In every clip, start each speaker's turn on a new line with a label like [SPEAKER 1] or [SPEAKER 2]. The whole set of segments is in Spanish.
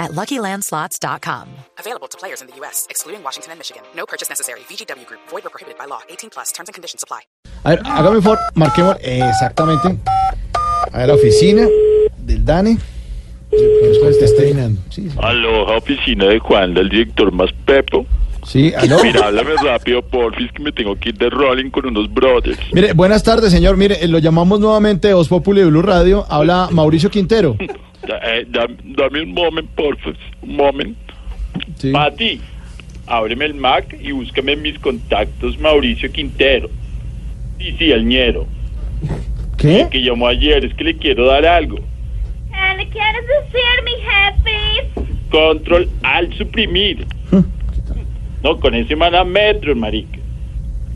[SPEAKER 1] at luckylandslots.com.
[SPEAKER 2] Available to players in the U.S., excluding Washington and Michigan. No purchase necessary. VGW Group, void or prohibited by law. 18 plus terms and conditions apply.
[SPEAKER 3] A ver, hágame un favor, marquemos exactamente. A ver, la oficina del Dani. Sí, sí.
[SPEAKER 4] Aloha, oficina de Juan, el director más pepo.
[SPEAKER 3] sí, aló.
[SPEAKER 4] Mira, háblame rápido, porfis, que me tengo que ir de rolling con unos brothers.
[SPEAKER 3] Mire, buenas tardes, señor. Mire, eh, lo llamamos nuevamente de Voz Populi de Blue Radio. Habla Mauricio Quintero.
[SPEAKER 4] Da- eh, da- dame un moment, porfis, un moment.
[SPEAKER 3] Sí.
[SPEAKER 4] Pati, ábreme el Mac y búscame en mis contactos Mauricio Quintero. Sí, sí, el ñero,
[SPEAKER 3] ¿Qué?
[SPEAKER 4] que llamó ayer, es que le quiero dar algo.
[SPEAKER 5] Ah, ¿Le quieres decir, mi jefe?
[SPEAKER 4] Control al suprimir. No, con ese man a metros, marica.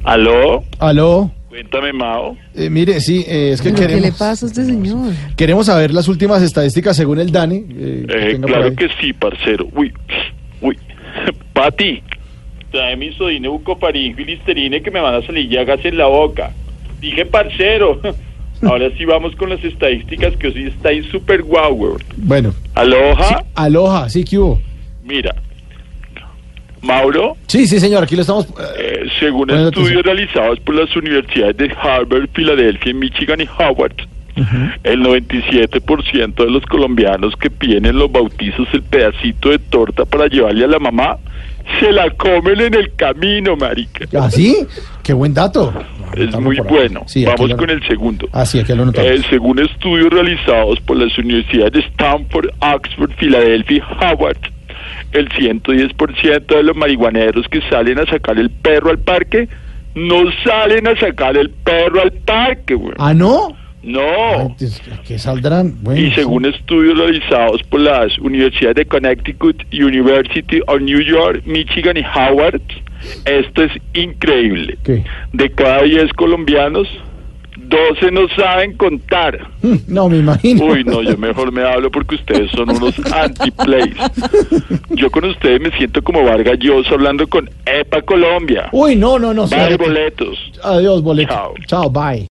[SPEAKER 4] ¿Aló?
[SPEAKER 3] Aló.
[SPEAKER 4] Cuéntame, Mao.
[SPEAKER 3] Eh, mire, sí, eh, es que queremos.
[SPEAKER 6] ¿Qué le pasa a este señor?
[SPEAKER 3] Queremos saber las últimas estadísticas según el Dani. eh, que
[SPEAKER 4] Eh,
[SPEAKER 3] tenga por
[SPEAKER 4] claro
[SPEAKER 3] ahí.
[SPEAKER 4] que sí, parcero. Uy, uy. Pati. Trae mi sodine, bucoparín, filisterine que me van a salir llagas en la boca. Dije parcero. Ahora sí vamos con las estadísticas que sí estáis súper guau, weón.
[SPEAKER 3] Bueno,
[SPEAKER 4] Aloha.
[SPEAKER 3] aloha, sí que hubo.
[SPEAKER 4] Mira. Mauro,
[SPEAKER 3] Sí, sí, señor, aquí lo estamos. eh,
[SPEAKER 4] eh, según
[SPEAKER 3] Buena
[SPEAKER 4] estudios
[SPEAKER 3] noticia.
[SPEAKER 4] realizados por las universidades de Harvard, Filadelfia, Michigan y Howard, el 97% de los colombianos que piden en los bautizos el pedacito de torta para llevarle a la mamá, se la comen en el camino, marica.
[SPEAKER 3] ¿Ah, sí? Qué buen dato.
[SPEAKER 4] Es muy bueno.
[SPEAKER 3] Sí, aquí
[SPEAKER 4] Vamos
[SPEAKER 3] lo-
[SPEAKER 4] con el segundo.
[SPEAKER 3] Ah, sí, aquí lo notamos.
[SPEAKER 4] Eh, según estudios realizados por las universidades de Stanford, Oxford, Filadelfia y Howard, el 110% de los marihuaneros que salen a sacar el perro al parque no salen a sacar el perro al parque, güey.
[SPEAKER 3] ¿Ah, no?
[SPEAKER 4] No.
[SPEAKER 3] Antes, ¿Qué saldrán? Bueno,
[SPEAKER 4] Y
[SPEAKER 3] sí.
[SPEAKER 4] según estudios realizados por las universidades de Connecticut, University of New York, Michigan y Howard, esto es increíble.
[SPEAKER 3] ¿Qué?
[SPEAKER 4] De cada 10 colombianos, 12 no saben contar.
[SPEAKER 3] Mm, No, me imagino.
[SPEAKER 4] Uy, no, yo mejor me hablo porque ustedes son unos anti-plays. Yo con ustedes me siento como Vargas Llosa hablando con EPA Colombia.
[SPEAKER 3] Uy, no, no, no.
[SPEAKER 4] Bye,
[SPEAKER 3] señor.
[SPEAKER 4] boletos.
[SPEAKER 3] Adiós, boleto.
[SPEAKER 4] Chao.
[SPEAKER 3] Chao, bye.